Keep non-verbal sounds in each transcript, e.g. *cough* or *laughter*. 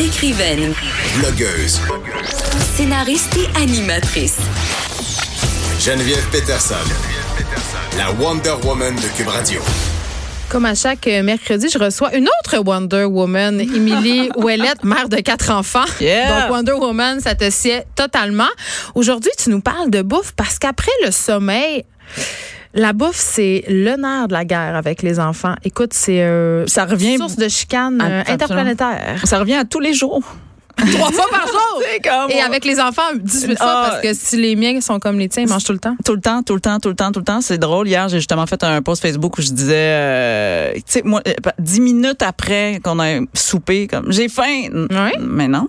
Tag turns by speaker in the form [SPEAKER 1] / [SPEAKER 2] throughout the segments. [SPEAKER 1] Écrivaine,
[SPEAKER 2] Blogueuse.
[SPEAKER 1] scénariste et animatrice.
[SPEAKER 2] Geneviève Peterson. La Wonder Woman de Cube Radio.
[SPEAKER 3] Comme à chaque euh, mercredi, je reçois une autre Wonder Woman, Émilie Ouellette, mère de quatre enfants.
[SPEAKER 4] Yeah.
[SPEAKER 3] Donc Wonder Woman, ça te sied totalement. Aujourd'hui, tu nous parles de bouffe parce qu'après le sommeil, la bouffe, c'est le nerf de la guerre avec les enfants. Écoute, c'est euh,
[SPEAKER 4] Ça revient-
[SPEAKER 3] source de chicane euh,
[SPEAKER 4] Absolument. *laughs*
[SPEAKER 3] interplanétaire.
[SPEAKER 4] Ça revient à tous les jours.
[SPEAKER 3] Trois fois par jour!
[SPEAKER 4] C'est comme-
[SPEAKER 3] *laughs* Et avec les enfants, 18 fois,
[SPEAKER 4] Ah.
[SPEAKER 3] parce que si les miens sont comme les tiens, ils mangent tout le temps.
[SPEAKER 4] Tout le temps, tout le temps, tout le temps, tout le temps. C'est drôle. Hier, j'ai justement fait un post Facebook où je disais, euh, tu sais, moi, euh, dix minutes après qu'on a soupé, comme j'ai faim. N-
[SPEAKER 3] Ouais.
[SPEAKER 4] Mais non.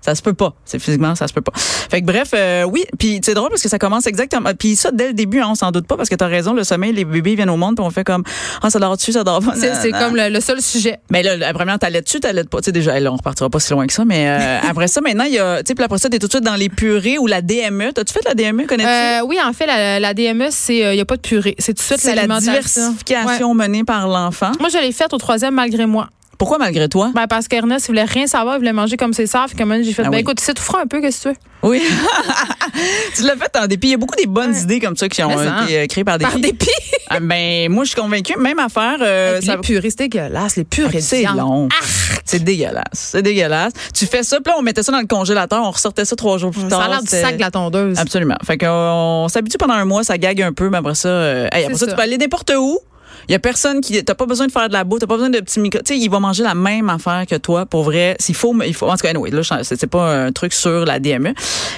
[SPEAKER 4] Ça se peut pas. C'est physiquement, ça se peut pas. Fait que bref, euh, oui. Puis c'est drôle parce que ça commence exactement. Puis ça dès le début, hein, on s'en doute pas parce que t'as raison. Le sommeil, les bébés ils viennent au monde, puis on fait comme, ah ça dort dessus, ça dort pas.
[SPEAKER 3] C'est c'est
[SPEAKER 4] Nanana.
[SPEAKER 3] comme le, le seul sujet.
[SPEAKER 4] Mais là, la première, t'allais dessus, t'allais pas. Tu sais, déjà, là, on repartira pas si loin que ça. Mais euh,
[SPEAKER 3] *laughs*
[SPEAKER 4] après ça, maintenant, il y a. Tu sais, puis après ça, t'es tout de suite dans les purées ou la DME. T'as-tu fait la DME, connais-tu?
[SPEAKER 3] Euh, oui, en fait, la, la DME, c'est il n'y a pas de purée. C'est tout de suite
[SPEAKER 4] c'est la
[SPEAKER 3] l'alimentation. Ouais.
[SPEAKER 4] diversification menée par l'enfant.
[SPEAKER 3] Moi, je l'ai faite au troisième malgré moi.
[SPEAKER 4] Pourquoi malgré toi?
[SPEAKER 3] Ben, parce qu'Ernest, il voulait rien savoir, il voulait manger comme ses sœurs. Fait que moi, j'ai fait,
[SPEAKER 4] Ah
[SPEAKER 3] ben,
[SPEAKER 4] oui.
[SPEAKER 3] écoute, tu sais, tu feras un peu, qu'est-ce que tu veux?
[SPEAKER 4] Oui. *laughs* tu l'as fait en dépit. Il y a beaucoup des bonnes idées comme ça qui ont
[SPEAKER 3] Mais ça,
[SPEAKER 4] été euh, créées par des
[SPEAKER 3] Par
[SPEAKER 4] filles.
[SPEAKER 3] dépit.
[SPEAKER 4] Ah, ben, moi, je suis convaincue. Même affaire. *laughs* euh,
[SPEAKER 3] Puis
[SPEAKER 4] ça- Ah,
[SPEAKER 3] les Ah! purées, c'est dégueulasse, les purées. de
[SPEAKER 4] C'est
[SPEAKER 3] viande.
[SPEAKER 4] long. C'est dégueulasse. C'est dégueulasse. Tu fais ça, puis là, on mettait ça dans le congélateur, on ressortait ça trois jours plus
[SPEAKER 3] Ça
[SPEAKER 4] tard.
[SPEAKER 3] a l'air du
[SPEAKER 4] C'était-
[SPEAKER 3] sac de la tondeuse.
[SPEAKER 4] Absolument. Fait qu'on on s'habitue pendant un mois, ça gague un peu, mais après ça, euh, hey, après
[SPEAKER 3] C'est
[SPEAKER 4] ça,
[SPEAKER 3] ça.
[SPEAKER 4] tu peux aller n'importe où. Il y a personne qui t'as pas besoin de faire de la boue, t'as pas besoin de petits micro. Tu sais, il va manger la même affaire que toi pour vrai. S'il faut, mais il faut. En tout cas, anyway, là, je- c'est c'est pas un truc sur la DME,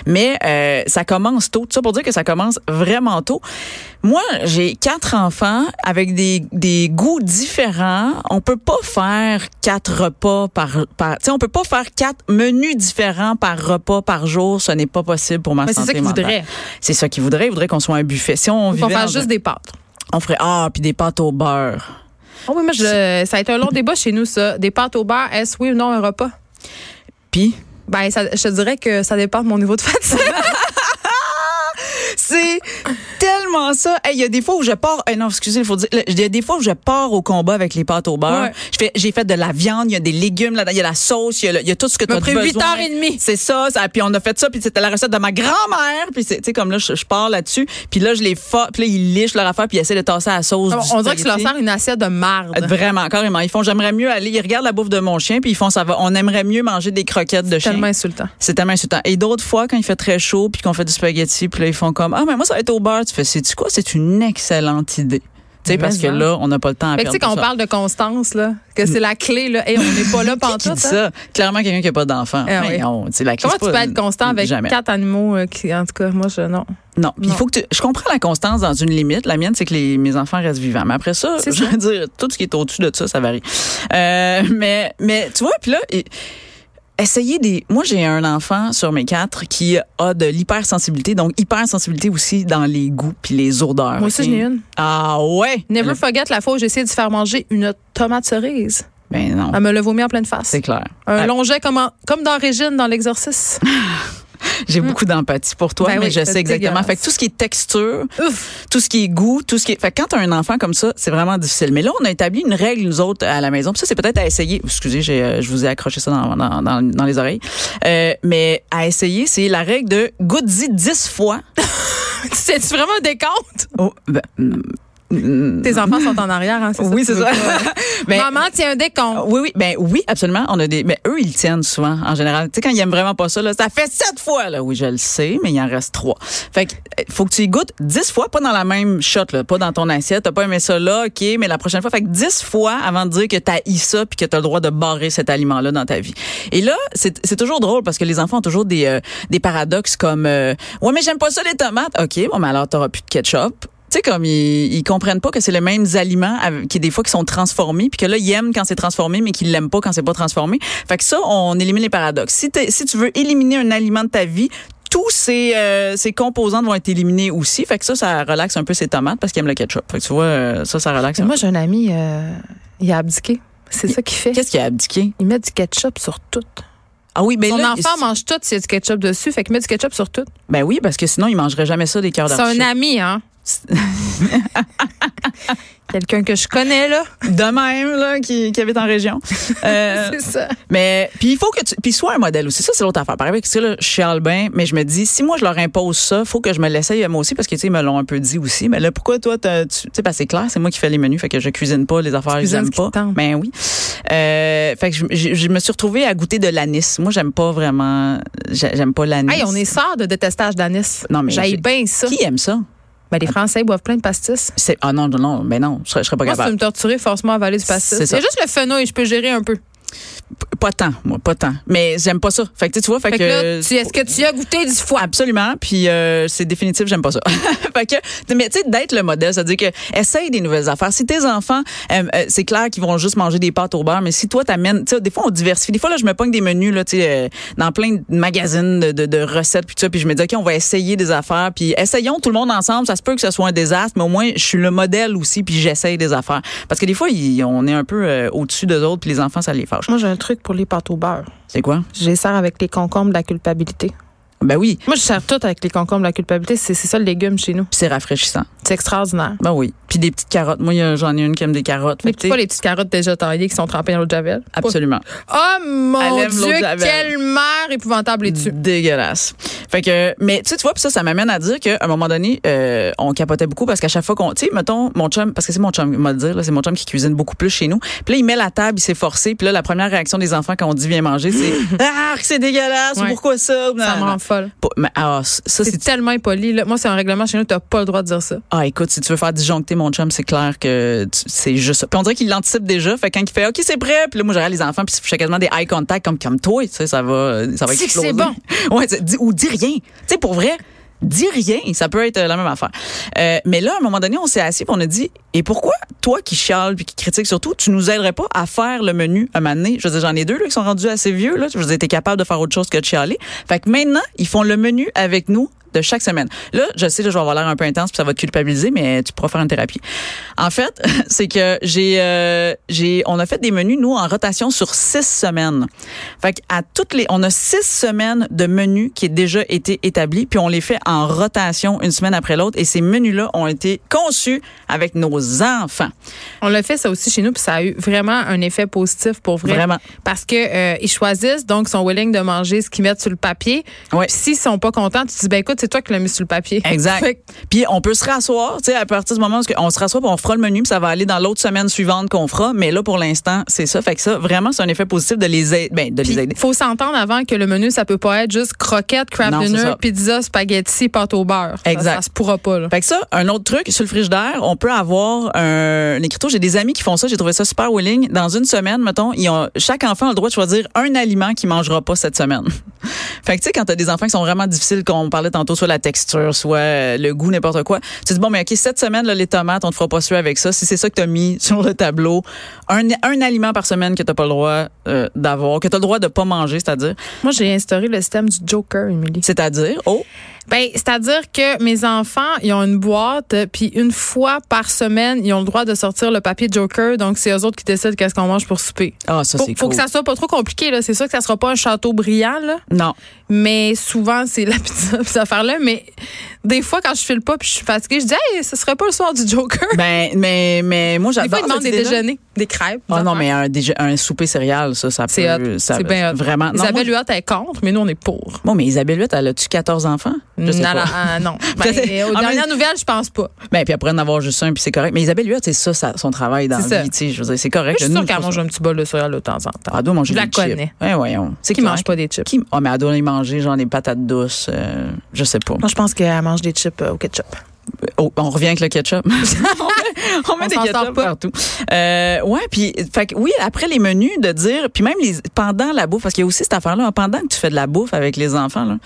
[SPEAKER 4] mais euh, ça commence tôt. Tout ça pour dire que ça commence vraiment tôt. Moi, j'ai quatre enfants avec des, des goûts différents. On peut pas faire quatre repas par par. Tu sais, on peut pas faire quatre menus différents par repas par jour. Ce n'est pas possible pour ma
[SPEAKER 3] Mais c'est ça
[SPEAKER 4] santé
[SPEAKER 3] qu'ils
[SPEAKER 4] mentale.
[SPEAKER 3] voudraient.
[SPEAKER 4] C'est ça qu'ils voudraient. Ils voudraient qu'on soit un buffet. Si on
[SPEAKER 3] Faut
[SPEAKER 4] vivait
[SPEAKER 3] qu'on fasse
[SPEAKER 4] dans un-
[SPEAKER 3] juste des pâtes.
[SPEAKER 4] on ferait ah puis des pâtes au beurre.
[SPEAKER 3] Oh oui, moi, je- ça a été un long débat chez nous, ça. Des pâtes au beurre, est-ce oui ou non un repas?
[SPEAKER 4] Puis
[SPEAKER 3] Ben, ça- je te dirais que ça dépend de mon niveau de *laughs* fatigue.
[SPEAKER 4] c'est tellement ça. Hey, Il y a des fois où je pars. eh non, excusez, il faut dire. Il y a des fois où je pars au combat avec les pâtes au beurre.
[SPEAKER 3] Ouais.
[SPEAKER 4] Je fais, j'ai fait de la viande. Il y a des légumes là-dedans. Il y a la sauce. Il y a, le- il y a tout ce que tu
[SPEAKER 3] m'a
[SPEAKER 4] as
[SPEAKER 3] pris
[SPEAKER 4] besoin.
[SPEAKER 3] huit heures et demie.
[SPEAKER 4] C'est ça, ça. Puis on a fait ça. Puis c'était la recette de ma grand-mère. Puis c'est, tu sais, comme là, je, je pars là-dessus. Puis là, je les fa... Puis là, ils lichent leur affaire. Puis ils essaient de tasser la sauce. du
[SPEAKER 3] on dirait que tu leur
[SPEAKER 4] spaghetti.
[SPEAKER 3] sers une assiette Ah, de marde.
[SPEAKER 4] Euh, Vraiment, carrément. Ils font, j'aimerais mieux aller. Ils regardent la bouffe de mon chien, puis ils font, ça va. On aimerait mieux manger des croquettes de chien.
[SPEAKER 3] Tellement insultant.
[SPEAKER 4] C'est tellement insultant. Et d'autres fois, quand il fait très chaud, puis qu'on fait du spaghetti, puis là, ils font comme, ah, mais moi, ça va être au beurre. Tu fais, c'est-tu quoi? C'est une excellente idée. Tu sais, parce que
[SPEAKER 3] ça.
[SPEAKER 4] là, on n'a pas le temps à
[SPEAKER 3] Fait que,
[SPEAKER 4] perdre.
[SPEAKER 3] tu sais, quand
[SPEAKER 4] pour
[SPEAKER 3] on
[SPEAKER 4] ça.
[SPEAKER 3] parle de constance, là, que c'est la clé, là, et on n'est pas là pantoute.
[SPEAKER 4] *laughs* Qui dit
[SPEAKER 3] hein.
[SPEAKER 4] ça? Clairement, quelqu'un qui n'a pas d'enfant.
[SPEAKER 3] Ah
[SPEAKER 4] Mais
[SPEAKER 3] oui.
[SPEAKER 4] non, tu sais, la
[SPEAKER 3] Comment
[SPEAKER 4] crise,
[SPEAKER 3] tu peux
[SPEAKER 4] pas-
[SPEAKER 3] être constant avec
[SPEAKER 4] Jamais.
[SPEAKER 3] quatre animaux euh, qui, en tout cas, moi, je, non.
[SPEAKER 4] Non, puis il
[SPEAKER 3] Non.
[SPEAKER 4] faut que tu- je comprends la constance dans une limite. La mienne, c'est que les, mes enfants restent vivants. Mais après ça,
[SPEAKER 3] C'est
[SPEAKER 4] je veux dire, tout ce qui est au-dessus de ça, ça varie. Euh, mais, mais tu vois, puis là, et- essayer des. Moi, j'ai un enfant sur mes quatre qui a de l'hypersensibilité, donc hypersensibilité aussi dans les goûts puis les odeurs.
[SPEAKER 3] Moi aussi,
[SPEAKER 4] ok?
[SPEAKER 3] j'en ai une.
[SPEAKER 4] Ah ouais.
[SPEAKER 3] Never forget la fois où j'ai essayé de faire manger une tomate cerise.
[SPEAKER 4] Ben non,
[SPEAKER 3] Elle me l'a vomi en pleine face.
[SPEAKER 4] c'est clair.
[SPEAKER 3] Ah, Un
[SPEAKER 4] Ah,
[SPEAKER 3] long jet comme, en- comme dans Régine
[SPEAKER 4] *laughs*
[SPEAKER 3] dans l'exorcisme.
[SPEAKER 4] J'ai beaucoup d'empathie pour toi,
[SPEAKER 3] Ben
[SPEAKER 4] mais
[SPEAKER 3] oui,
[SPEAKER 4] je
[SPEAKER 3] c'est
[SPEAKER 4] sais exactement.
[SPEAKER 3] dégueulasse.
[SPEAKER 4] Fait que tout ce qui est texture,
[SPEAKER 3] Ouf!
[SPEAKER 4] tout ce qui est goût, tout ce qui est. Fait que quand t'as un enfant comme ça, c'est vraiment difficile. Mais là, on a établi une règle, nous autres, à la maison. Puis ça, c'est peut-être à essayer. Excusez, j'ai, euh, je vous ai accroché ça dans, dans, dans, dans les oreilles. Euh, mais à essayer, c'est la règle de goûte-y 10 fois.
[SPEAKER 3] C'est vraiment un décompte?
[SPEAKER 4] Oh, ben, mm, mm,
[SPEAKER 3] Tes enfants sont en arrière, hein, c'est ça?
[SPEAKER 4] oui,
[SPEAKER 3] tu
[SPEAKER 4] c'est
[SPEAKER 3] veux
[SPEAKER 4] ça.
[SPEAKER 3] pas.
[SPEAKER 4] *laughs* Ben,
[SPEAKER 3] Maman, tiens un décompte.
[SPEAKER 4] oui, oui, ben oui, absolument. On a des, mais eux, ils tiennent souvent, en général. Tu sais, quand ils aiment vraiment pas ça, là, ça fait sept fois, là. Oui, je le sais, mais il en reste trois. Fait que, euh, faut que tu y goûtes dix fois, pas dans la même shot, là, pas dans ton assiette. T'as pas aimé ça là, ok, mais la prochaine fois, fait que dix fois avant de dire que t'as eu ça puis que t'as le droit de barrer cet aliment-là dans ta vie. Et là, c'est c'est toujours drôle parce que les enfants ont toujours des, euh, des paradoxes comme, euh, ouais, mais j'aime pas ça les tomates. Ok, bon, mais alors t'auras plus de ketchup. sais, comme ils, ils comprennent pas que c'est les mêmes aliments avec- qui des fois qui sont transformés, puis que là ils aiment quand c'est transformé, mais qu'ils l'aiment pas quand c'est pas transformé. Fait que ça, on élimine les paradoxes. Si, t'es- si tu veux éliminer un aliment de ta vie, tous ces, euh, ces composantes vont être éliminés aussi. Fait que ça, ça relaxe un peu ses tomates parce qu'ils aiment le ketchup. Fait que tu vois, euh, ça, ça relaxe. un
[SPEAKER 3] Moi, j'ai un ami, euh, il a abdiqué. C'est ça qu'il
[SPEAKER 4] peu.
[SPEAKER 3] fait.
[SPEAKER 4] Qu'est-ce qu'il a abdiqué?
[SPEAKER 3] Il met du ketchup sur tout.
[SPEAKER 4] Ah oui, mais
[SPEAKER 3] Son
[SPEAKER 4] là,
[SPEAKER 3] enfant
[SPEAKER 4] il-
[SPEAKER 3] mange tout s'il y a du ketchup dessus, fait qu'il met du ketchup sur tout.
[SPEAKER 4] Ben oui, parce que sinon, il mangerait jamais ça des cœurs
[SPEAKER 3] C'est un
[SPEAKER 4] d'artichaut.
[SPEAKER 3] ami, *laughs* hein? Quelqu'un que je connais, là.
[SPEAKER 4] De même, là, qui, qui habite en
[SPEAKER 3] *laughs*
[SPEAKER 4] région. Euh,
[SPEAKER 3] C'est ça.
[SPEAKER 4] mais, puis il faut que tu. Puis sois un modèle aussi. Ça, c'est l'autre affaire. Par exemple, tu sais, là, je chiale bien, mais je me dis, si moi, je leur impose ça, faut que je me l'essaye euh, moi aussi, parce que, tu sais, ils me l'ont un peu dit aussi. Mais là, pourquoi toi, t'as- tu tu sais, parce que c'est clair, c'est moi qui fais les menus, fait que je cuisine pas les affaires que
[SPEAKER 3] cuisines ce
[SPEAKER 4] j'aime
[SPEAKER 3] qui
[SPEAKER 4] pas.
[SPEAKER 3] te tente.
[SPEAKER 4] Ben oui. Euh, fait que je, je- je me suis retrouvée à goûter de l'anis. Moi, j'aime pas vraiment. j'ai- J'aime pas l'anis.
[SPEAKER 3] Hey, on est sort de détestage d'anis.
[SPEAKER 4] Non, mais
[SPEAKER 3] J'aille
[SPEAKER 4] j'ai-
[SPEAKER 3] bien ça.
[SPEAKER 4] Qui aime ça?
[SPEAKER 3] Ben, les Français ils boivent plein de pastis.
[SPEAKER 4] C'est- Ah non, non, non, mais non, je serais, je serais pas
[SPEAKER 3] Moi, si tu
[SPEAKER 4] capable.
[SPEAKER 3] me torturer, force-moi à avaler du pastis.
[SPEAKER 4] C'est
[SPEAKER 3] C'est
[SPEAKER 4] ça.
[SPEAKER 3] juste le fenouil, je peux gérer un peu.
[SPEAKER 4] P- Pas tant, moi, pas tant. Mais j'aime pas ça. Fait que tu sais, tu vois, fait,
[SPEAKER 3] Fait que euh, là,
[SPEAKER 4] que.
[SPEAKER 3] tu- est-ce que tu y as goûté du foie?
[SPEAKER 4] Absolument, puis euh, c'est définitif, j'aime pas ça. *laughs* fait que, mais tu sais, d'être le modèle, c'est-à-dire que essaye des nouvelles affaires. Si tes enfants, euh, euh, c'est clair qu'ils vont juste manger des pâtes au beurre, mais si toi t'amènes, tu sais, des fois on diversifie. Des fois là, je me pogne des menus là, tu sais, euh, dans plein de magazines de, de- de recettes puis tout ça, puis je me dis ok, on va essayer des affaires, puis essayons tout le monde ensemble. Ça se peut que ce soit un désastre, mais au moins je suis le modèle aussi, puis j'essaye des affaires. Parce que des fois, ils- on est un peu euh, au-dessus des autres, puis les enfants, ça les fâche.
[SPEAKER 3] Moi, j'ai un truc pour les pâtes au beurre.
[SPEAKER 4] C'est quoi
[SPEAKER 3] Je les sers avec les concombres de la culpabilité.
[SPEAKER 4] Ben oui,
[SPEAKER 3] Moi, je sers tout avec les concombres de la culpabilité. C'est c'est ça le légume chez nous.
[SPEAKER 4] puis c'est rafraîchissant.
[SPEAKER 3] C'est extraordinaire.
[SPEAKER 4] Ben oui. Puis des petites carottes. Moi, il y a- j'en ai une qui aime des carottes.
[SPEAKER 3] Mais
[SPEAKER 4] Fait que, tu sais,
[SPEAKER 3] pas les petites carottes déjà taillées qui sont trempées dans l'eau de javel.
[SPEAKER 4] Absolument.
[SPEAKER 3] Oh
[SPEAKER 4] Elle
[SPEAKER 3] mon
[SPEAKER 4] aime l'eau de
[SPEAKER 3] Dieu,
[SPEAKER 4] Javel. Mm.
[SPEAKER 3] quelle mère épouvantable es-tu?
[SPEAKER 4] Dégueulasse. Fait que, mais tu sais, tu vois, puis ça, ça m'amène à dire qu'à un moment donné, euh, on capotait beaucoup parce qu'à chaque fois qu'on, tu sais, mettons, mon chum, parce que c'est mon chum, il m'a le dire, là, c'est mon chum qui cuisine beaucoup plus chez nous. Puis là, il met la table, il s'est forcé. Puis là, la première réaction des enfants quand on dit viens manger, c'est ah, c'est dégueulasse.
[SPEAKER 3] Ouais.
[SPEAKER 4] Pourquoi ça
[SPEAKER 3] Ça me
[SPEAKER 4] Non, non.
[SPEAKER 3] rend folle.
[SPEAKER 4] Pas- mais, ah, ça,
[SPEAKER 3] C'est
[SPEAKER 4] c'est
[SPEAKER 3] tellement impoli. là. Moi, c'est un règlement chez nous, t'as pas le droit de dire ça.
[SPEAKER 4] Ah, écoute, si tu veux faire disjoncter mon chum, c'est clair que tu- c'est juste ça. Puis on dirait qu'il l'anticipe déjà. Fait que quand il fait OK, c'est prêt, puis là, moi, j'arrête les enfants, puis je fais quasiment des eye contact comme, comme toi, tu sais, ça va, ça va
[SPEAKER 3] Dis que
[SPEAKER 4] exploser.
[SPEAKER 3] c'est bon.
[SPEAKER 4] *laughs* Ouais, tu- dis- ou dis rien. Tu sais, pour vrai, dis rien. Ça peut être euh, la même affaire. Euh, mais là, à un moment donné, on s'est assis, puis on a dit Et pourquoi, toi qui chiales, puis qui critique surtout, tu nous aiderais pas à faire le menu un moment donné? Je veux dire, j'en ai deux, là, qui sont rendus assez vieux, là. Je veux dire, t'es capable de faire autre chose que de chialer. Fait que maintenant, ils font le menu avec nous de chaque semaine. Là, je sais, là, je vais avoir l'air un peu intense, puis ça va te culpabiliser, mais tu pourras faire une thérapie. En fait, *laughs* c'est que j'ai, euh, j'ai, on a fait des menus nous en rotation sur six semaines. Fait que à toutes les, on a six semaines de menus qui est déjà été établi, puis on les fait en rotation une semaine après l'autre, et ces menus-là ont été conçus avec nos enfants.
[SPEAKER 3] On l'a fait ça aussi chez nous, puis ça a eu vraiment un effet positif pour vrai.
[SPEAKER 4] Vraiment.
[SPEAKER 3] Parce que euh, ils choisissent, donc ils sont willing de manger ce qu'ils mettent sur le papier.
[SPEAKER 4] Ouais.
[SPEAKER 3] Puis s'ils sont pas contents, tu te dis ben écoute, c'est toi qui l'as mis sur le papier.
[SPEAKER 4] Exact.
[SPEAKER 3] Fait que
[SPEAKER 4] Puis on peut se rasseoir, tu sais, à partir du moment où on se rassoit, puis on fera le menu, puis ça va aller dans l'autre semaine suivante qu'on fera. Mais là, pour l'instant, c'est ça. Fait que ça, vraiment, c'est un effet positif de les aider. Ben, de les aider.
[SPEAKER 3] Il faut s'entendre avant que le menu, ça peut pas être juste croquettes, crab
[SPEAKER 4] Non, c'est
[SPEAKER 3] dinner,
[SPEAKER 4] ça.
[SPEAKER 3] pizza, spaghetti, pâte au beurre. Ça-
[SPEAKER 4] Exact.
[SPEAKER 3] Ça, se pourra pas. là.
[SPEAKER 4] Fait que ça, un autre truc, sur le frigidaire, on peut avoir un, un écriteau. J'ai des amis qui font ça. J'ai trouvé ça super willing. Dans une semaine, mettons, ils ont, chaque enfant a le droit de choisir un aliment qu'il mangera pas cette semaine. *laughs* fait que, tu sais, quand t'as des enfants qui sont vraiment difficiles, qu'on parlait tantôt, soit la texture, soit euh, le goût, n'importe quoi, tu dis, bon, mais OK, cette semaine, là, les tomates, on te fera pas suer avec ça. Si c'est ça que t'as mis sur le tableau, un, un aliment par semaine que t'as pas le droit euh, d'avoir, que t'as le droit de pas manger, c'est-à-dire,
[SPEAKER 3] Moi, j'ai instauré le système du Joker, Emily.
[SPEAKER 4] c'est-à-dire, oh,
[SPEAKER 3] Ben, c'est-à-dire que mes enfants, ils ont une boîte, euh, puis une fois par semaine, ils ont le droit de sortir le papier Joker. Donc, c'est eux autres qui décident qu'est-ce qu'on mange pour souper.
[SPEAKER 4] ah, ça,
[SPEAKER 3] Faut,
[SPEAKER 4] c'est
[SPEAKER 3] faut
[SPEAKER 4] cool.
[SPEAKER 3] que ça soit pas trop compliqué. là. C'est sûr que ça sera pas un château brillant, là.
[SPEAKER 4] Non.
[SPEAKER 3] mais souvent, c'est la *laughs* pizza, ces affaires-là. Mais des fois, quand je file pas puis je suis fatiguée, je dis, hey, ce serait pas le soir du
[SPEAKER 4] *laughs*
[SPEAKER 3] Joker.
[SPEAKER 4] Ben, mais, mais moi,
[SPEAKER 3] des
[SPEAKER 4] j'adore
[SPEAKER 3] fois, ils demandent
[SPEAKER 4] cette
[SPEAKER 3] des
[SPEAKER 4] idée-là.
[SPEAKER 3] déjeuners, des crêpes. des
[SPEAKER 4] Ah non,
[SPEAKER 3] affaires.
[SPEAKER 4] mais un, déje- un souper céréal, ça, ça peut.
[SPEAKER 3] c'est hot.
[SPEAKER 4] ça-
[SPEAKER 3] C'est bien hot.
[SPEAKER 4] Vraiment. Non,
[SPEAKER 3] Isabelle
[SPEAKER 4] moi,
[SPEAKER 3] Huot, elle est contre, mais nous, on est pour.
[SPEAKER 4] bon, mais Isabelle Huot, elle a-tu 14 enfants? Je sais
[SPEAKER 3] Non,
[SPEAKER 4] pas.
[SPEAKER 3] non,
[SPEAKER 4] *laughs*
[SPEAKER 3] ah, non. Ben,
[SPEAKER 4] Peut-être-
[SPEAKER 3] aux
[SPEAKER 4] Ah, mais-
[SPEAKER 3] dernières nouvelles, je pense pas.
[SPEAKER 4] Ben, puis après en avoir juste un, puis c'est correct. Mais Isabelle Huot, c'est ça, ça, son travail dans
[SPEAKER 3] C'est
[SPEAKER 4] la
[SPEAKER 3] ça.
[SPEAKER 4] vie. tu sais, Je veux dire, c'est correct.
[SPEAKER 3] je suis
[SPEAKER 4] Nous,
[SPEAKER 3] sûre qu'elle
[SPEAKER 4] on trouve
[SPEAKER 3] mange
[SPEAKER 4] ça-
[SPEAKER 3] un petit bol de céréales de temps en temps.
[SPEAKER 4] Elle doit manger
[SPEAKER 3] Je la
[SPEAKER 4] des chips.
[SPEAKER 3] connais.
[SPEAKER 4] Ouais, voyons. C'est
[SPEAKER 3] qui
[SPEAKER 4] clair.
[SPEAKER 3] mange pas des chips?
[SPEAKER 4] Qui... Ah, mais elle doit les manger, genre des patates douces. euh, je sais pas.
[SPEAKER 3] Moi, je pense qu'elle mange des chips euh, au ketchup.
[SPEAKER 4] Oh, on revient avec le ketchup. *laughs* on met, on met
[SPEAKER 3] On
[SPEAKER 4] des
[SPEAKER 3] s'en sort
[SPEAKER 4] ketchup
[SPEAKER 3] pas.
[SPEAKER 4] partout. Euh, ouais, puis fait que oui, après les menus de dire, puis même les pendant la bouffe, parce qu'il y a aussi cette affaire-là, hein, pendant que tu fais de la bouffe avec les enfants, là,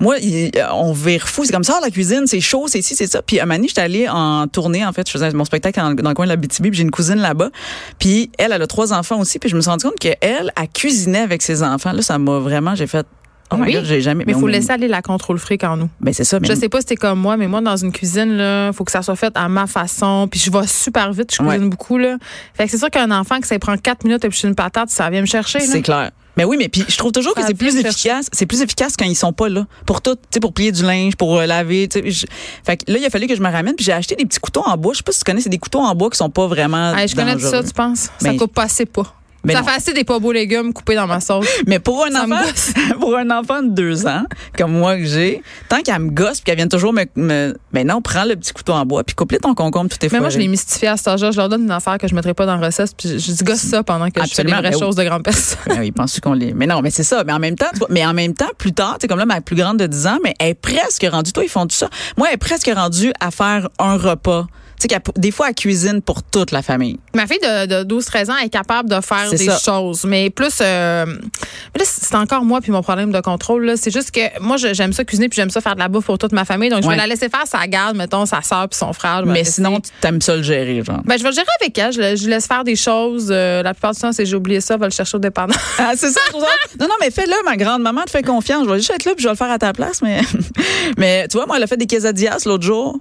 [SPEAKER 4] moi, il- euh, on vire fou. C'est comme ça, la cuisine, c'est chaud, c'est ci, c'est ça. Puis à Mani, j'étais allée en tournée, en fait, je faisais mon spectacle en- dans le coin de la BTB, puis j'ai une cousine là-bas. Puis elle, elle a trois enfants aussi, puis je me suis rendu compte qu'elle, elle cuisinait avec ses enfants. Là, ça m'a vraiment, j'ai fait. Oh my
[SPEAKER 3] Oui,
[SPEAKER 4] God, j'ai jamais.
[SPEAKER 3] Mais il
[SPEAKER 4] on-
[SPEAKER 3] faut laisser aller la contrôle fric en nous.
[SPEAKER 4] Ben, c'est ça. Mais
[SPEAKER 3] Je sais pas si t'es comme moi, mais moi, dans une cuisine, là, faut que ça soit fait à ma façon. Puis je vais super vite, je cuisine
[SPEAKER 4] Ouais.
[SPEAKER 3] beaucoup, là. Fait que c'est sûr qu'un enfant que ça lui prend quatre minutes et puis je suis une patate, ça vient me chercher, là.
[SPEAKER 4] C'est clair. Mais oui, mais puis je trouve toujours que
[SPEAKER 3] Ça
[SPEAKER 4] c'est
[SPEAKER 3] vient
[SPEAKER 4] plus
[SPEAKER 3] chercher.
[SPEAKER 4] efficace. C'est plus efficace quand ils sont pas là. Pour tout, tu sais, pour plier du linge, pour euh, laver. tu sais, je- Fait que là, il a fallu que je me ramène. Puis j'ai acheté des petits couteaux en bois. Je sais pas si tu connais, c'est des couteaux en bois qui sont pas vraiment.
[SPEAKER 3] Hey, je connais tout ça,
[SPEAKER 4] dangereux.
[SPEAKER 3] tu penses? ça
[SPEAKER 4] Ben,
[SPEAKER 3] coupe pas assez pas.
[SPEAKER 4] Ben
[SPEAKER 3] ça
[SPEAKER 4] non.
[SPEAKER 3] fait assez des pas beaux légumes coupés dans ma
[SPEAKER 4] *laughs*
[SPEAKER 3] sauce.
[SPEAKER 4] Mais pour un
[SPEAKER 3] Ça me
[SPEAKER 4] enfant, *laughs* pour un enfant de deux ans, comme moi que j'ai, tant qu'elle me gosse puis qu'elle vienne toujours me, me- ben non, prends le petit couteau en bois puis coupe ton concombre, tout est
[SPEAKER 3] Mais moi,
[SPEAKER 4] foiré.
[SPEAKER 3] je l'ai mystifié à cet âge-là. Je leur donne une affaire que je mettrais pas dans la recette. Puis je, je dis gosse ça pendant que
[SPEAKER 4] Absolument,
[SPEAKER 3] je fais des
[SPEAKER 4] ben
[SPEAKER 3] vraies
[SPEAKER 4] oui.
[SPEAKER 3] choses de grande personne.
[SPEAKER 4] Ben oui, penses-tu qu'on les. Mais non, mais c'est ça. Mais en même temps, tu vois- mais en même temps, plus tard, c'est comme là, ma plus grande de 10 ans, mais elle est presque rendue. Toi, ils font tout ça. Moi, elle est presque rendue à faire un repas. Tu sais, qu'elle- des fois, elle cuisine pour toute la famille.
[SPEAKER 3] Ma fille de, de 12-13 ans est capable de faire
[SPEAKER 4] C'est
[SPEAKER 3] des
[SPEAKER 4] ça.
[SPEAKER 3] choses, mais plus. euh, mais là, c'est encore moi puis mon problème de contrôle. là. C'est juste que moi, je- j'aime ça cuisiner puis j'aime ça faire de la bouffe pour toute ma famille. Donc, je
[SPEAKER 4] Ouais.
[SPEAKER 3] vais la laisser faire sa garde, mettons, sa soeur puis son frère. je vais la
[SPEAKER 4] mais
[SPEAKER 3] laisser.
[SPEAKER 4] sinon, tu t'aimes ça le gérer, genre.
[SPEAKER 3] Ben, je vais le gérer avec elle. Je, la- je lui laisse faire des choses. Euh, la plupart du temps, c'est j'ai oublié ça, va le chercher au dépendant.
[SPEAKER 4] Ah, c'est ça, je trouve ça- *laughs* Non, non, mais fais-le, ma grande maman, te fais confiance. Je vais juste être là puis je vais le faire à ta place, mais. *laughs* mais tu vois, moi, elle a fait des quesadillas l'autre jour.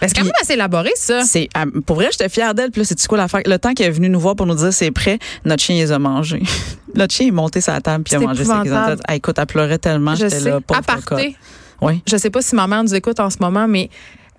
[SPEAKER 3] c'est quand même assez élaboré, ça.
[SPEAKER 4] C'est ah, pour vrai, j'étais fière d'elle. Puis là, c'est quoi l'affaire Le temps qu'elle est venue nous voir pour nous dire c'est prêt, notre chien les a mangés. *laughs* notre chien est monté sa table puis a
[SPEAKER 3] C'est
[SPEAKER 4] mangé ses
[SPEAKER 3] épouvantable.
[SPEAKER 4] quesadillas. Ah, écoute, elle pleurait tellement.
[SPEAKER 3] Je
[SPEAKER 4] J'étais
[SPEAKER 3] sais.
[SPEAKER 4] là, pauvre cocotte.
[SPEAKER 3] Aparté.
[SPEAKER 4] Oui.
[SPEAKER 3] Je sais pas si ma mère nous écoute en ce moment, mais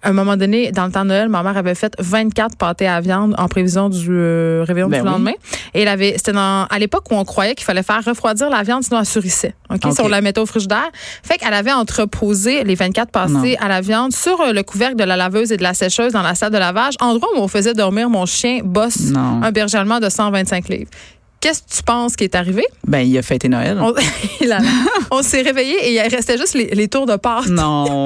[SPEAKER 3] à un moment donné, dans le temps de Noël, ma mère avait fait 24 pâtés à viande en prévision du euh, réveillon
[SPEAKER 4] Ben
[SPEAKER 3] du
[SPEAKER 4] oui.
[SPEAKER 3] lendemain. Et elle avait, c'était dans- à l'époque où on croyait qu'il fallait faire refroidir la viande, sinon elle surissait. OK?
[SPEAKER 4] OK.
[SPEAKER 3] Si on la mettait au frigidaire. Fait qu'elle avait entreposé les 24 pâtés
[SPEAKER 4] Non.
[SPEAKER 3] à la viande sur euh, le couvercle de la laveuse et de la sécheuse dans la salle de lavage, endroit où on faisait dormir mon chien Boss,
[SPEAKER 4] Non.
[SPEAKER 3] un berger allemand de 125 livres. Qu'est-ce que tu penses qui est arrivé?
[SPEAKER 4] Ben, il a fêté Noël.
[SPEAKER 3] On, *laughs* Il a- on s'est réveillés et il restait juste les, les tours de
[SPEAKER 4] *laughs*
[SPEAKER 3] pâte. *laughs*
[SPEAKER 4] Non.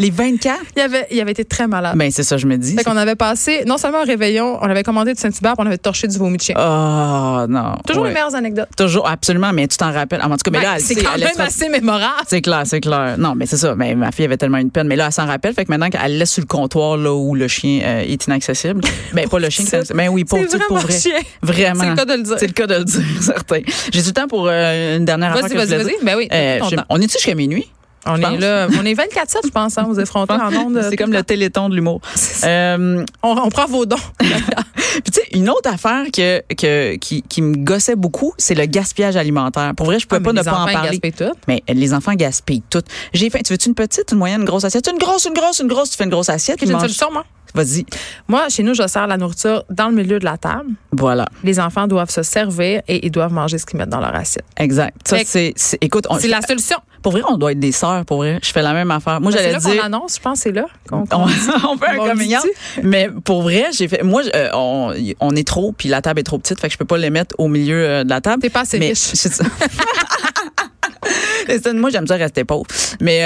[SPEAKER 4] Les 24?
[SPEAKER 3] Il avait, il avait été très malade.
[SPEAKER 4] Ben, c'est ça, je me dis.
[SPEAKER 3] Fait qu'on avait passé, non seulement un réveillon, on l'avait commandé de Saint-Hubert, puis on avait torché du vomi de chien.
[SPEAKER 4] Oh, non.
[SPEAKER 3] Toujours
[SPEAKER 4] Ouais.
[SPEAKER 3] les meilleures anecdotes.
[SPEAKER 4] Toujours, absolument, mais tu t'en rappelles. Ah, En tout cas, mais
[SPEAKER 3] Ben,
[SPEAKER 4] là, elle
[SPEAKER 3] c'est
[SPEAKER 4] sait,
[SPEAKER 3] quand
[SPEAKER 4] elle
[SPEAKER 3] même
[SPEAKER 4] laissera-
[SPEAKER 3] assez mémorable.
[SPEAKER 4] C'est clair, c'est clair. Non, mais c'est ça. Mais ma fille avait tellement une peine. Mais là, elle s'en rappelle. Fait que maintenant qu'elle laisse sur le comptoir, là, où le chien euh, est inaccessible. Ben, pas le chien.
[SPEAKER 3] *laughs* C'est-
[SPEAKER 4] Mais oui, *laughs* pour
[SPEAKER 3] C'est
[SPEAKER 4] tout,
[SPEAKER 3] vraiment
[SPEAKER 4] pour vrai.
[SPEAKER 3] chien.
[SPEAKER 4] Vraiment.
[SPEAKER 3] C'est le cas de le dire.
[SPEAKER 4] C'est le cas de le dire, *laughs* certain. J'ai du temps pour euh, une dernière
[SPEAKER 3] Vas-y,
[SPEAKER 4] affaire que je
[SPEAKER 3] vas-y,
[SPEAKER 4] voulais dire.
[SPEAKER 3] vas-y. Ben oui,
[SPEAKER 4] Euh,
[SPEAKER 3] tout ton
[SPEAKER 4] je-
[SPEAKER 3] temps.
[SPEAKER 4] on est-tu jusqu'à minuit?
[SPEAKER 3] On
[SPEAKER 4] je
[SPEAKER 3] est
[SPEAKER 4] pense.
[SPEAKER 3] là, on est 24-7, je pense, hein, vous effrontez en ondes.
[SPEAKER 4] C'est
[SPEAKER 3] *laughs*
[SPEAKER 4] comme le téléthon de l'humour. Euh,
[SPEAKER 3] On, on prend vos dons.
[SPEAKER 4] Puis tu sais, une autre affaire que, que qui, qui me gossait beaucoup, c'est le gaspillage alimentaire. Pour vrai, je peux
[SPEAKER 3] Ah, mais
[SPEAKER 4] pas ne
[SPEAKER 3] les
[SPEAKER 4] pas en
[SPEAKER 3] enfants, ils
[SPEAKER 4] parler.
[SPEAKER 3] gaspillent tout.
[SPEAKER 4] Mais les enfants gaspillent tout. J'ai faim. Tu veux-tu une petite, une moyenne, une grosse assiette? Une grosse, une grosse, une grosse. Tu fais une grosse assiette.
[SPEAKER 3] J'ai
[SPEAKER 4] tu
[SPEAKER 3] une
[SPEAKER 4] manges-
[SPEAKER 3] solution, moi.
[SPEAKER 4] Vas-y.
[SPEAKER 3] Moi, chez nous, je sers la nourriture dans le milieu de la table.
[SPEAKER 4] Voilà.
[SPEAKER 3] Les enfants doivent se servir et ils doivent manger ce qu'ils mettent dans leur assiette.
[SPEAKER 4] Exact. Ça,
[SPEAKER 3] Fait que-
[SPEAKER 4] c'est, c'est- écoute, on-
[SPEAKER 3] C'est la solution.
[SPEAKER 4] pour vrai, on doit être des sœurs, pour vrai. Je fais la même affaire. Moi,
[SPEAKER 3] Ben, C'est
[SPEAKER 4] j'allais
[SPEAKER 3] là
[SPEAKER 4] dire.
[SPEAKER 3] qu'on annonce, je pense, c'est là qu'on qu'on-
[SPEAKER 4] *laughs* on, on fait un
[SPEAKER 3] On
[SPEAKER 4] coming out. Mais pour vrai, j'ai fait. Moi, je- euh, on, y- on est trop, puis la table est trop petite, fait que je peux pas les mettre au milieu euh, de la table.
[SPEAKER 3] T'es pas assez
[SPEAKER 4] mais,
[SPEAKER 3] riche.
[SPEAKER 4] c'est ça. *laughs* C'est ça, Moi, j'aime ça rester pauvre. Mais,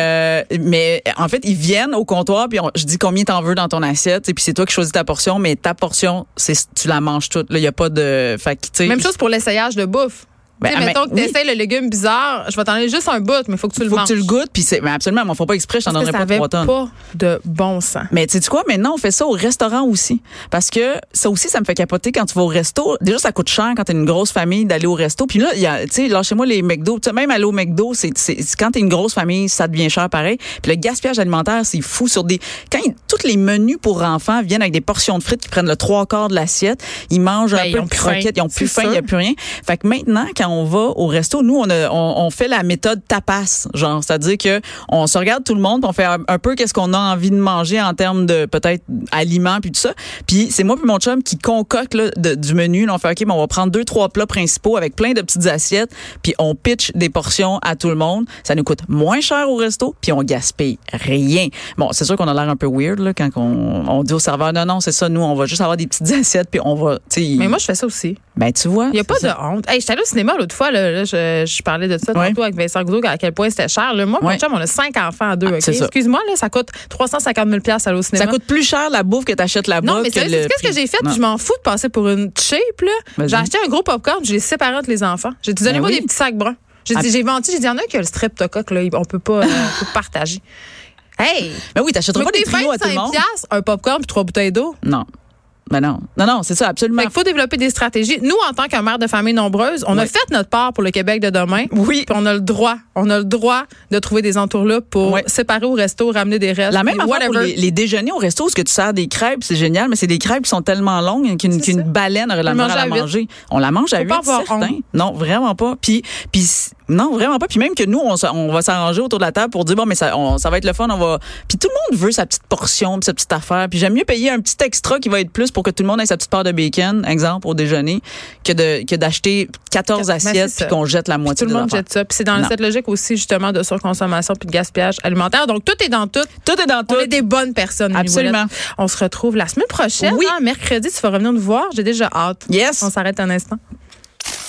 [SPEAKER 4] euh, mais en fait, ils viennent au comptoir, puis on- je dis combien t'en veux dans ton assiette, et puis c'est toi qui choisis ta portion, mais ta portion, c'est tu la manges toute. Là, il y a pas de. Fait que, tu sais,
[SPEAKER 3] Même chose pour l'essayage de bouffe.
[SPEAKER 4] Ben,
[SPEAKER 3] Tu sais,
[SPEAKER 4] ah,
[SPEAKER 3] mettons
[SPEAKER 4] ben,
[SPEAKER 3] que tu essaies le légume bizarre, je vais t'en donner juste un bout, mais il faut que tu le
[SPEAKER 4] Faut que
[SPEAKER 3] manges.
[SPEAKER 4] tu le goûtes, puis c'est. Mais absolument, mais faut pas exprès, je t'en
[SPEAKER 3] Parce que
[SPEAKER 4] donnerai
[SPEAKER 3] ça
[SPEAKER 4] pas
[SPEAKER 3] avait
[SPEAKER 4] trois tonnes.
[SPEAKER 3] pas de bon sens.
[SPEAKER 4] Mais tu sais quoi, maintenant on fait ça au restaurant aussi. Parce que ça aussi, ça me fait capoter quand tu vas au resto. Déjà, ça coûte cher quand t'es une grosse famille d'aller au resto. Puis là, il y a, tu sais, là chez moi, les McDo, tu sais, même aller au McDo, c'est, c'est, c'est- quand t'es une grosse famille, ça devient cher pareil. Puis le gaspillage alimentaire, c'est fou sur des, quand ils- tous les menus pour enfants viennent avec des portions de frites qui prennent le trois quarts de l'assiette, ils mangent
[SPEAKER 3] Ben,
[SPEAKER 4] un
[SPEAKER 3] ils
[SPEAKER 4] peu
[SPEAKER 3] ont
[SPEAKER 4] de
[SPEAKER 3] plus faim.
[SPEAKER 4] croquettes, ils ont plus faim,
[SPEAKER 3] C'est
[SPEAKER 4] il y a
[SPEAKER 3] sûr.
[SPEAKER 4] plus rien. Fait que maintenant, quand on va au resto, nous, on, a- on, on fait la méthode tapas, genre, c'est-à-dire que on se regarde tout le monde, puis on fait un, un peu qu'est-ce qu'on a envie de manger en termes de peut-être aliments puis tout ça. Puis c'est moi puis mon chum qui concocte là, de- du menu. Là, on fait ok, ben, on va prendre deux trois plats principaux avec plein de petites assiettes, puis on pitch des portions à tout le monde. Ça nous coûte moins cher au resto, puis on gaspille rien. Bon, c'est sûr qu'on a l'air un peu weird là, quand on, on dit au serveur non non c'est ça, nous on va juste avoir des petites assiettes puis on va. tu sais,
[SPEAKER 3] Mais moi, je fais ça aussi.
[SPEAKER 4] ben tu vois.
[SPEAKER 3] Il n'y a pas
[SPEAKER 4] c'est
[SPEAKER 3] de honte. Hey, j'étais allée au cinéma Justement, l'autre fois, là, là, je, je parlais de ça
[SPEAKER 4] Ouais.
[SPEAKER 3] tantôt avec Vincent Goudot, à quel point c'était cher. Là, moi, mon
[SPEAKER 4] Ouais.
[SPEAKER 3] chum, on a cinq enfants à deux.
[SPEAKER 4] Ah,
[SPEAKER 3] ok?
[SPEAKER 4] c'est ça.
[SPEAKER 3] Excuse-moi, là, ça coûte 350 000 aller au cinéma.
[SPEAKER 4] Ça coûte plus cher la bouffe que t'achètes là-bas.
[SPEAKER 3] Non, mais
[SPEAKER 4] que
[SPEAKER 3] sérieux,
[SPEAKER 4] le
[SPEAKER 3] c'est qu'est-ce que
[SPEAKER 4] prix.
[SPEAKER 3] j'ai fait?
[SPEAKER 4] Non.
[SPEAKER 3] Je m'en fous de passer pour une cheap, là.
[SPEAKER 4] Vas-y.
[SPEAKER 3] J'ai acheté un gros popcorn, je les séparé entre les enfants. J'ai dit, donnez-moi
[SPEAKER 4] Ben oui.
[SPEAKER 3] des petits sacs bruns. J'ai
[SPEAKER 4] Ah.
[SPEAKER 3] dit, j'ai vendu, j'ai dit, il y en a un qui a le streptocoque, là. il- On peut pas, euh, on peut pas partager. Hey!
[SPEAKER 4] Mais Ben oui, t'achèteras
[SPEAKER 3] Mais
[SPEAKER 4] pas des
[SPEAKER 3] coûter
[SPEAKER 4] trios à tout le
[SPEAKER 3] 25
[SPEAKER 4] monde.
[SPEAKER 3] piastres, un popcorn puis trois bouteilles d'eau.
[SPEAKER 4] Non. Ben non. Non, non, c'est ça, absolument.
[SPEAKER 3] Fait qu'il faut développer des stratégies. Nous, en tant qu'un mère de famille nombreuse, on a
[SPEAKER 4] Ouais.
[SPEAKER 3] fait notre part pour le Québec de demain.
[SPEAKER 4] Oui.
[SPEAKER 3] Puis on a le droit, on a le droit de trouver des entourlopes pour
[SPEAKER 4] Ouais.
[SPEAKER 3] séparer au resto, ramener des restes.
[SPEAKER 4] La même
[SPEAKER 3] puis
[SPEAKER 4] affaire pour
[SPEAKER 3] whatever.
[SPEAKER 4] les, les déjeuners au resto, ce que tu sers des crêpes, c'est génial, mais c'est des crêpes qui sont tellement longues qu'une
[SPEAKER 3] C'est
[SPEAKER 4] qu'une
[SPEAKER 3] ça.
[SPEAKER 4] baleine aurait de la
[SPEAKER 3] Faut
[SPEAKER 4] misère
[SPEAKER 3] manger
[SPEAKER 4] à la
[SPEAKER 3] à huit.
[SPEAKER 4] manger. On la mange à
[SPEAKER 3] Faut
[SPEAKER 4] huit,
[SPEAKER 3] pas avoir
[SPEAKER 4] certain.
[SPEAKER 3] honte.
[SPEAKER 4] Non, vraiment pas. Puis, puis non, vraiment pas. Puis même que nous, on, s- on va s'arranger autour de la table pour dire bon, mais ça, on- ça va être le fun, on va. Puis tout le monde veut sa petite portion, puis sa petite affaire. Puis j'aime mieux payer un petit extra qui va être plus pour que tout le monde ait sa petite part de bacon, exemple au déjeuner, que de que d'acheter 14
[SPEAKER 3] Ben, c'est
[SPEAKER 4] assiettes
[SPEAKER 3] ça.
[SPEAKER 4] puis qu'on jette la
[SPEAKER 3] Puis
[SPEAKER 4] moitié
[SPEAKER 3] tout le
[SPEAKER 4] de
[SPEAKER 3] monde
[SPEAKER 4] l'affaire.
[SPEAKER 3] jette ça. Puis c'est dans
[SPEAKER 4] Non.
[SPEAKER 3] cette logique aussi, justement, de surconsommation puis de gaspillage alimentaire. Donc, tout est dans tout.
[SPEAKER 4] Tout est dans tout.
[SPEAKER 3] On est des bonnes personnes. Mimi
[SPEAKER 4] Absolument.
[SPEAKER 3] Ouellette. On se retrouve la semaine prochaine.
[SPEAKER 4] Oui.
[SPEAKER 3] hein, mercredi, tu vas revenir nous voir. J'ai déjà hâte.
[SPEAKER 4] Yes.
[SPEAKER 3] On s'arrête un instant.